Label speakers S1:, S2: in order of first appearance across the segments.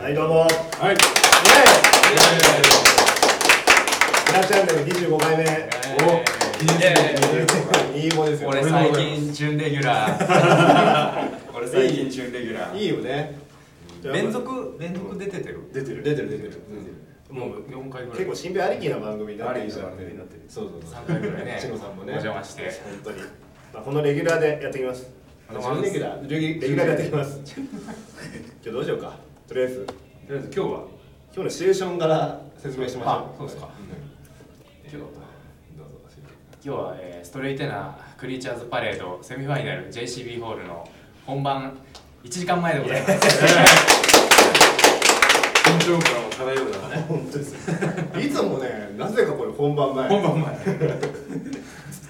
S1: はいどうも
S2: はい。
S1: ひなチャンネル25回目25ですよ
S3: 俺最近準レギュラー。 俺最近準レギュラー。
S1: いいよね
S3: 連続連続で出てる。
S1: 出てる出てる出てる
S2: もう四回ぐらい。
S1: 結構新聞ありきな番組になってるじゃん
S3: ありきな番組になってる
S1: そうそうそう
S3: 三回ぐらい ね
S1: ちのさんも
S2: お
S1: ね
S2: 邪魔して。
S1: 本当に、まあ、このレギュラーでやってきます
S2: どうも
S1: 準レギュラーレギュレギュラーでやってきます今日どうしようかとりあえず
S2: とりあえず今日は
S1: 今日のシチュエーションから説明しましょう
S2: あそうですか
S1: うんどうぞ
S2: 今日は、えーストレイテナークリーチャーズパレードセミファイナル JCB ホールの本番1時間前でござい ます。
S3: 緊張感を漂うだね。
S1: 本当ですいつもねなぜかこれ本番前
S3: 本番前。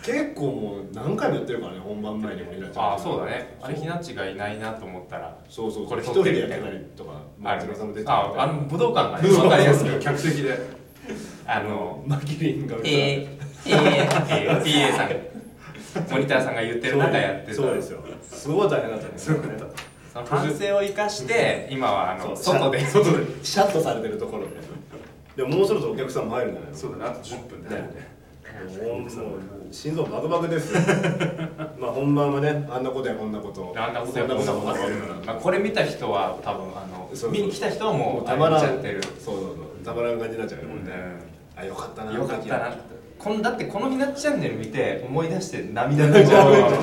S1: 結構もう何回もやってるからね本番前にもいらっしゃる
S2: あそうだね。あれひなっちがいないなと思ったら。
S1: そうそう
S2: こ
S1: そう
S2: れ
S1: 一
S2: 撮
S1: 人
S2: って
S1: でやっ
S2: るみた
S1: て
S2: いな
S1: たりとか
S2: あ
S1: 松
S2: る
S1: 村さんも出てたり
S2: あ
S1: とか
S2: あの武道館が ね。
S3: 分
S2: わ
S3: か
S2: か
S3: り
S2: り
S3: や
S2: や
S3: す
S2: す
S3: く
S2: く。
S3: 客席で。
S2: あの
S1: マキリンが歌う
S2: PA さんモニターさんが言ってる中やってた。
S1: そうですよすごい大変だったね
S2: その反省を生かして今はあ
S1: そ
S2: の
S1: う
S2: 外で
S1: シャ外でシャッとされてるところででももうそろそろお客さんも入るんじゃないの
S3: そうだね。あと10分だよね。
S1: もうもう心臓バクバク ですよまあ本番はねあんなことやこんなこと
S2: あんなことや
S1: こ
S2: こ
S1: ん
S2: ん
S1: な
S2: な
S1: こ
S2: ことと
S1: やるから
S2: まあ、これ見た人は多分あの
S1: そうそう
S2: 見に来た人はもう
S1: たまらん
S2: あれ見ちゃってる、
S1: そうそうそうたまらん感じになっちゃうよこれね
S2: う、
S1: あよかったなん
S2: よかったな
S1: あ
S2: こんだってこの「ひなっちチャンネル」見て思い出して涙出ちゃう
S1: 涙出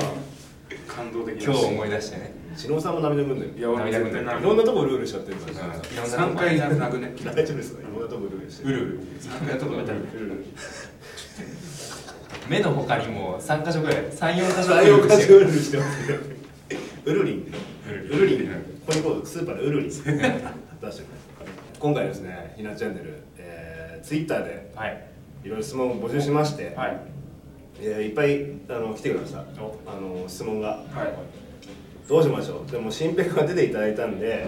S1: ちゃう
S3: 感動的なシー
S2: 今
S3: ン。
S2: 日思い出してね、
S1: の時篠尾さんも涙ぐんでる
S3: いや俺絶対
S1: い
S3: 泣
S1: ろん
S3: く。
S1: なとこルールしちゃってるから篠尾
S2: いろんな
S3: 三回
S2: な
S3: 泣くね。
S1: さん大丈夫ですかいろんなとこルールして
S2: うるうる
S3: 三回とか泣
S1: ルール
S2: 目のほかにも3か所ぐらい34か所
S1: 最
S2: ぐ
S1: 用
S2: ら
S1: カ
S2: い
S1: ジュウルにしてますけどウルリンウルリン
S3: ウルリン
S1: ここにこうスーパーでウルリン出してくれ今回ですねひなチャンネル、えー、ツイッターで
S2: はい
S1: いろいろ質問を募集しまして、
S2: はい
S1: えーいっぱいあの来てくださった
S2: お
S1: あの質問が
S3: はい。
S1: どうしましょうでも新平が出ていただいたんで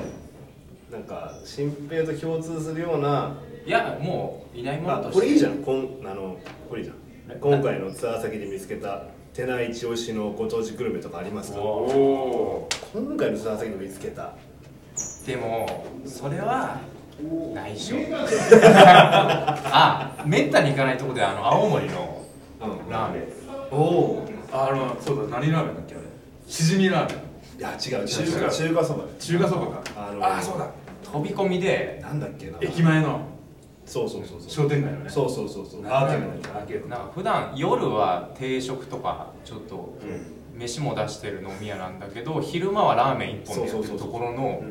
S1: なんか新平と共通するようない
S2: やもういないもの
S1: あ
S2: とし
S1: こ
S2: て
S1: れいいじゃんこんあのこれいいじゃん
S2: え
S1: 今回のツアー先で見つけた手な一押しのご当地グルメとかありますか
S2: お
S3: おお。
S1: 今回のツアー先で見つけた
S2: でもそれは 内緒あめったに行かないとこであの青森のラーメン
S3: お お。あのそうだ何ラーメンだっけあれ。しじみラーメン。
S1: いや違う中
S3: 違う
S1: 華中華そば
S3: 中華そばか。
S1: あ
S3: あ
S1: の
S3: あそうだ。
S2: 飛び込みで
S1: なんだっけな
S3: 駅前の
S1: そうそうそうそう
S3: 商店街のね。
S1: そうそうそうそうアーケード
S3: アーケード
S2: なんか普段夜は定食とかちょっと
S3: う
S2: 飯も出してる飲み屋なんだけど昼間はラーメン一本でやって
S1: そうそうそう
S2: る
S1: そ
S2: と
S1: う
S2: ころの
S3: ん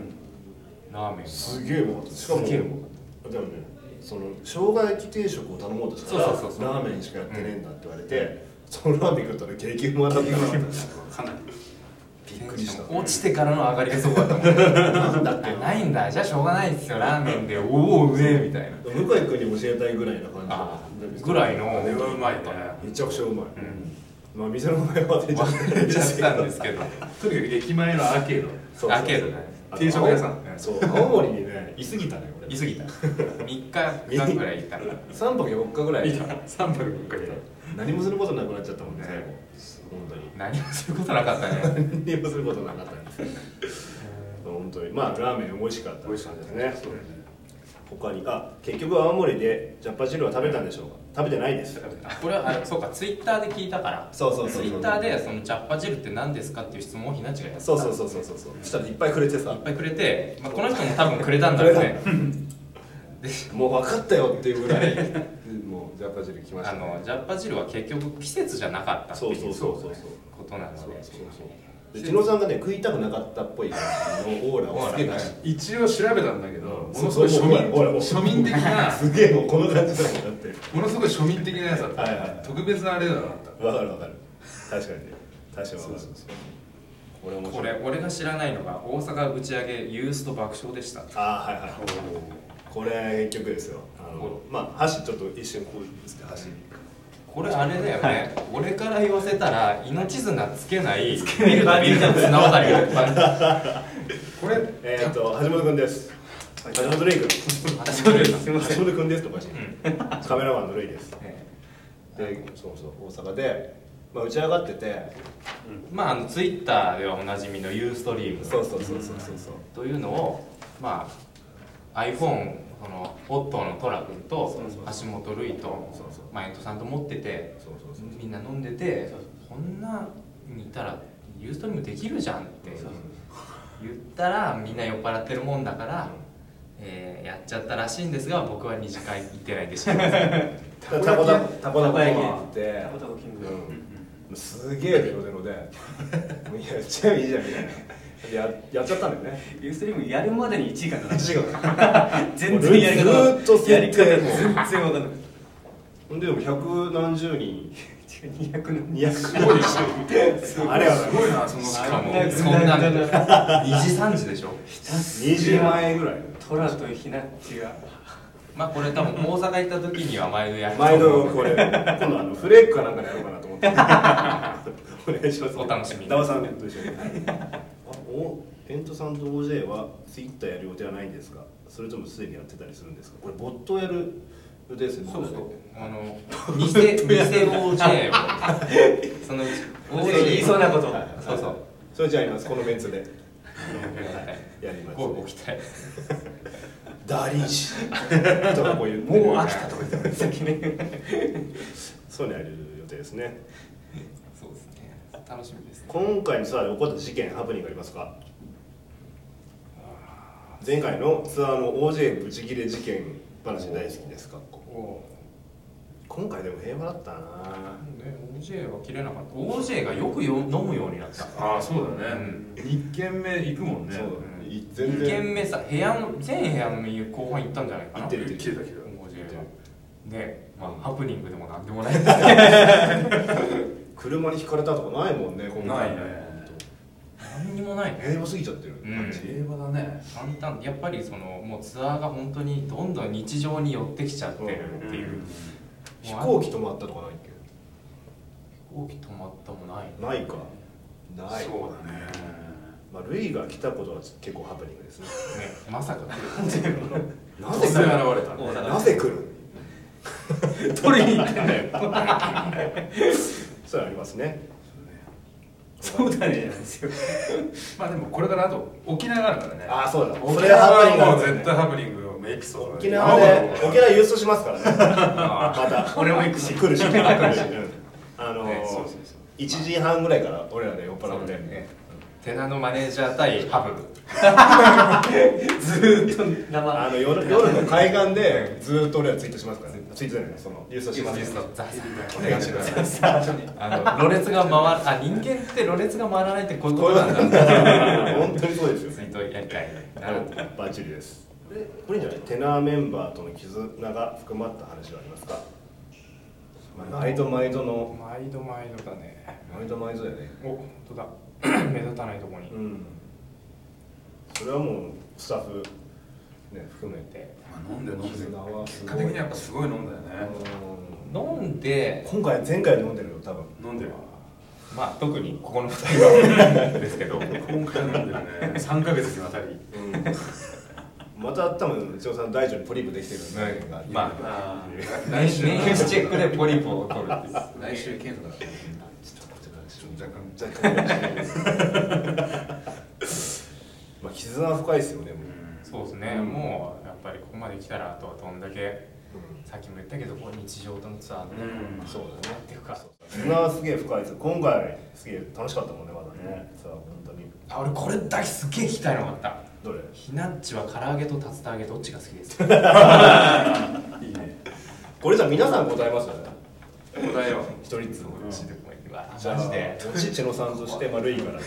S2: ラーメン
S1: すげえうまかったしかも
S2: すげえうまか
S1: でもねその生姜焼き定食を頼もうとしたら
S2: そうそうそうそう
S1: ラーメンしかやってねえんだって言われてそのラーメン食ったら激うまだったから
S3: かなり。
S1: びっくりした
S2: 落ちてからの上がりがすごかったもん
S1: なんだっ
S2: あ
S1: け
S2: ないんだじゃあしょうがないですよラーメンでおおうめえみたいな
S1: 向井君に教えたいぐらいな
S2: あ
S1: 感じ
S2: ぐらいの
S3: あれはうまいね。
S1: めちゃくちゃうまい
S2: うん
S1: まあ店の名前は出ちゃった
S2: 忘れちゃったんですけど
S3: とにかく駅前のアーケード。
S1: そうそうそう
S2: だけどね
S3: 定食屋さん。
S1: そう青森にねいすぎたね俺
S2: いすぎた3日間ぐらい行ったら
S1: 3泊4日ぐらい
S3: いた。三泊六日いた。
S1: 何もすることなくなっちゃったもんね
S2: ね
S1: 最後本当に
S2: 何もすることなかったね
S1: 何もすることなかったです本当にまあラーメン美味しかった
S3: 美味しかったですねそうだね
S1: 他にあ結局青森でジャッパ汁は食べたんでしょうか食べてないです
S2: これはあそうかツイッターで聞いたから
S1: そうそうそう
S2: ツイッターでその「チャッパ汁って何ですか?」っていう質問をひなちがやった
S1: そうそう
S2: い
S1: そうそうそうそうそしたらいっぱいくれてさ
S2: っぱいくれて、まあ、この人も多分くれたんだろうね
S1: もう分かったよっていうぐらい もうジャッパ汁来まし
S2: あ
S1: たね
S2: のジャッパ汁は結局季節じゃなかったって
S1: そう
S2: い
S1: そう
S2: う
S1: そうそうそう
S2: ことなので
S1: そうそうそうで千野さんがね食いたくなかったっぽい感じのオーラをすげえ出して
S3: 一応調べたんだけど、も
S1: そう
S3: のすごい庶民
S1: ほらほら
S3: 庶民 的な、
S1: すげえもうこの感じだもんだって
S3: ものすごい庶民的なやつだっ
S1: はいはいは
S3: た。
S1: い
S3: 特別なあれだなかった。
S1: わかるわかる確かにね確かにわかるこれ面白い
S2: これ俺が知らないのが大阪打ち上げユースと爆笑でした
S1: ああはいはいこれ結局ですよあのまあ箸ちょっと一瞬こうですけど箸
S2: これあれだよね、俺から言わせたら命綱つけないビ
S3: ない
S2: ルとビルの綱渡りがいっぱいあ
S3: これ
S1: えーっと橋本君です橋本レイ君
S2: るそうです
S1: 橋本君ですとかしてカメラマンのレイです
S2: え
S1: でそうそう大阪で、まあ、打ち上がってて
S2: えまああのツイッターではおなじみのユーストリーム
S1: そうそうそうそうそうそう
S2: というのを、まあ、iPhone そのオットーのトラ君と橋本瑠衣と
S1: そうそう
S2: マエントさんと持ってて
S1: そうそうそう
S2: みんな飲んでて
S3: そう
S2: こんなにいたらユーストリームできるじゃんって言ったらみんな酔っ払ってるもんだから、えーやっちゃったらしいんですが僕は2次会行ってないんで しょ
S1: たたこだた
S3: た
S1: こ
S3: こ
S1: だ
S3: だ
S1: こ
S3: こ
S1: 焼
S3: 焼
S1: き
S3: き
S1: って言って
S3: たこだこキング
S1: うん、すげえベロベロでもういややっちゃえばいいじゃんみたいなややっちゃったんだよね
S3: ユーストリームやるまでに1時間だな
S1: 1時間
S3: 全然やり方が
S1: ずーっと設定
S3: やり方が
S1: もう
S3: 全然わかんない
S1: ほんででも百何十人
S3: 違う200の
S1: 200人あれは
S3: すごいな
S2: そ
S3: そ
S2: の
S3: の
S2: しかも
S3: あんな
S2: そんな
S3: ぐだぐ
S2: 2
S3: だ
S2: 時3時でしょ
S1: 20万円ぐらい
S3: トラとひなっちが
S2: まあこれ多分大阪行った時には毎度やると思
S1: 毎度
S2: う
S1: これ今度あのフレークかなんかでやろうかなと思ってお願いします
S2: お楽しみに
S1: ダワさんと一緒にあおエントさんと OJ はツイッターやる予定はないんですかそれともすでにやってたりするんですかこれボットをやる予定ですよね
S2: そうそうあの偽偽 OJ を そのうち
S3: OJ が言いそうなこと
S2: そうそう
S1: それじゃあやりますこのメンツでやります
S2: ごご期待
S1: ダリーシとかこういう
S3: もう飽きたとか言ってさっきね
S1: そういうのやる予定ですね
S2: そうですね楽しみですね
S1: 今回のツアーで起こった事件ハプニングありますか前回のツアーの OJ ブチギレ事件話大好きですか
S2: お
S1: 今回でも平和だったな
S2: ね OJ は切れなかった OJ がよくよ飲むようになった
S4: ああそうだね、2軒目行くもんね
S1: そうだねい全
S2: 2軒
S1: 然
S2: 目さ部屋の全部屋の右後半行ったんじゃないかな
S1: 行ってる
S4: 行ってたけど
S2: 面白
S1: 行
S2: い
S1: って
S2: わ
S1: る
S2: で、まあ、ハプニングでもなんでもないです
S1: 車にひかれたとかないもんね今
S4: ない
S1: 回
S4: ね
S2: 何にもないね
S1: 平和すぎちゃってる感じ、
S4: 平和だね
S2: 簡単やっぱりそのもうツアーが本当にどんどん日常に寄ってきちゃってるっていう、
S4: うん
S1: 飛行機止まったとかないっけ
S2: 飛行機止まったもない
S1: ないかない
S4: そうだね
S1: まあ、ルイが来たことは結構ハプニングですね
S2: ね まさか
S1: な
S4: 突
S1: ぜ来る
S4: 然現れた
S3: お
S1: なぜ来る
S3: 取りに行ってんだよ
S1: それありますね
S3: そうだねですよ
S4: まあでもこれからあと沖縄があるからね
S1: ああそうだそ
S4: 沖
S1: れは
S4: 縄
S1: ハプニングだね
S4: はもう絶対ハプニングのエピソードだね
S1: 沖縄で沖縄郵送しますからねまた
S3: 俺も行くし
S1: 来るし来るしうんあの
S4: ねそう
S1: ー
S4: そうそう
S1: 1時半ぐらいから俺らで酔っ払っ
S2: そうだ
S1: て
S2: ねテナのマネージャー対ハブ
S3: ずーっと
S1: あの
S3: 生
S1: 夜夜の海岸でずーっと俺らツイートしますからねツイートじゃないその郵送します
S2: ゲストザザ
S1: お願いします
S2: あのろれつが回らあ人間ってろれつが回らないってこういうこ
S1: ことれ
S2: なんだ
S1: は本当にそうですよ
S2: ツイートやりたいなと
S1: バッチリですでこれいいんじゃないテナーメンバーとの絆が含まった話はありますかまあ毎度毎度の
S2: 毎度毎度だね
S1: 毎度毎度だよね
S2: お本当だ目立たないとこに
S1: うんそれはもうスタッフね含めて
S4: まあ飲んで飲んで
S1: 絆はす
S4: 結
S1: ごい
S4: 果的にはやっぱすごい飲んだよ
S1: あ
S4: ね
S1: の
S2: 飲んで
S1: 今回前回より飲んでるよ多分
S4: 飲んでる
S2: まあ特にここの2人はですけど
S4: 今回飲んでるね3ヶ月にわたり
S1: また多分一応さん大腸にポリープできてるよね
S2: まあ
S3: あ
S2: 年始チェックでポリポを取るっていう
S4: 来週検査だから
S1: 若干若干 まあ絆は深いですよねもう
S2: そうですね、もうやっぱりここまで来たらあとはどんだけさっきも言ったけどこう日常とのツアーのね、
S4: うん
S1: そうだね
S2: っていうか
S1: 絆はすげえ深いです今回すげえ楽しかったもんねまだねさあ本当に
S2: あ俺これだけすっげえ聞きたいのがあった
S1: どれ
S2: ひなっちは唐揚げと竜田揚げどっちが好きですか
S4: いいね
S1: これじゃあ皆さん答えますよね
S4: 答えよう
S1: 一人ずつ
S2: うちでもうわ
S1: じゃあ
S2: マジで
S1: おちちのさんとして丸いからね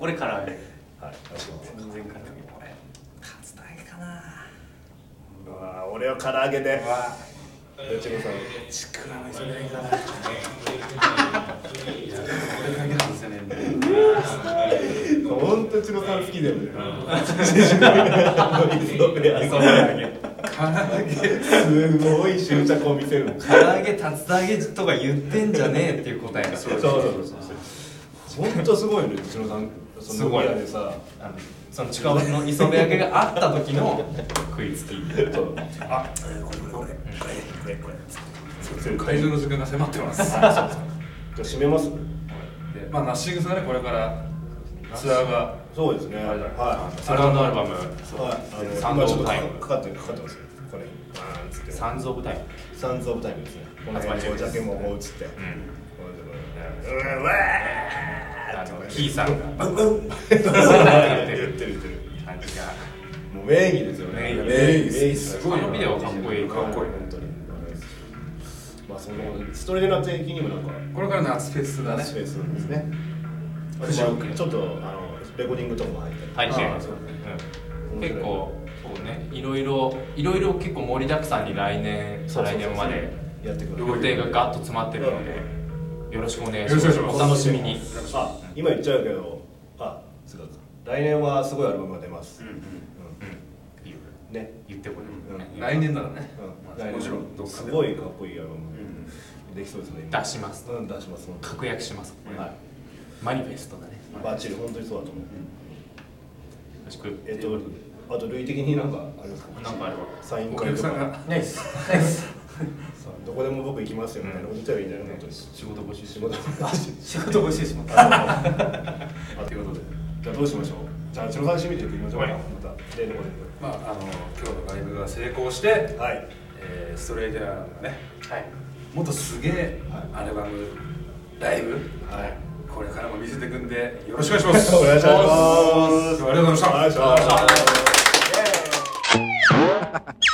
S3: 俺から
S1: はい
S3: 全然から俺
S2: 竜田揚げかな
S1: うわー俺は唐揚げでどっちもさん
S4: ちくらめせないから。いや、これだけ外せねえんだよ。
S1: 本当ちのさん好きだよね。すごい執着を見せる
S2: 唐揚げ竜田揚げとか言ってんじゃねえっていう答えが
S1: そうそうそうそう本当すごいねうちのさんその
S2: すごい
S1: 飲み屋でさ
S2: あのその近場の磯辺揚げがあった時の食いつき
S1: そうあこれこれこれこれこれこれこれこれ
S4: 会場の時間が迫ってます
S1: 閉めます
S4: で まあナッシングスがねこれからツアーが
S1: そうですね
S4: あれだね
S1: はい
S2: セカンドアルバム
S1: はい、あ
S2: サン
S1: の今ちょっと
S2: ドオブタイム
S1: かかってるかかってますよこれバーンっつって
S2: サンズ・オブ・タイム
S1: サンズ・オブ・タイムですねこの
S2: 発売中
S1: 辺
S2: で
S1: に
S2: す
S1: ジャケもこう映って
S2: うん
S1: こういうところうわ
S2: あ
S1: ー
S2: のキーさんが
S1: バンバン
S2: 言っ
S1: 言ってる
S2: てる
S1: 言ってる
S2: 感じが
S1: もう名義ですよね
S2: 名義
S1: 名義す
S2: すごいあのビデオかっこいい
S4: かっこいい
S1: 本当にまあそのストレートな定期にもなんか
S4: これから夏フェスだね
S1: スペースなんですね
S4: フジロック
S1: ちょっとあのレコーディングとかも入って
S2: 入ってる
S1: あそう
S2: うん結構そうねいろいろいろいろ結構盛りだくさんに来年再来年まで
S1: やってくる
S2: 予定がガッと詰まってるのでよろしくお願いします
S4: よろしくお願
S2: お
S4: いします
S2: 楽しみに
S1: あ今言っちゃうけどあそうか来年はすごいアルバムが出ます
S4: うん
S2: うん言う
S1: ね
S2: 言ってこれ
S1: うん
S4: 来年だからね
S1: うん
S4: まあ
S1: 来年
S4: もちろんどっかです
S1: ごいかっこいいアルバ
S4: う
S1: ム
S4: ん
S1: できそうですね今
S2: 出します
S1: うん出します本当に
S2: 確約します
S4: うん
S1: はい
S2: マニフェストだねよ
S1: バッチリ本当にそうだと思う
S2: ろしく
S1: えっとあと類的になんかあれですか
S2: なんかあれば
S1: サイン
S4: お
S1: 会
S4: 客
S1: と
S4: さん
S1: か
S4: が
S2: ナイスナイス
S1: さどこでも僕行きますよみたいなこと言ったらいいんじゃない本当に
S2: 仕事募集
S1: 仕
S2: し
S1: 事
S2: ます
S1: あ
S2: 仕事募集します
S1: ということでじゃあどうしましょうじゃあ千野さん締めていきましょうか
S2: はい
S1: また例のことで
S4: まああの今日のライブが成功して
S1: はい
S4: えーストレイテラーのね
S2: はい
S4: もっとすげえ
S1: は
S4: アルバムライブ
S1: はい
S4: これからも見せてくんでよろしくお願いし ます
S1: お願いします
S4: 今日はありがとうございました
S1: お願いします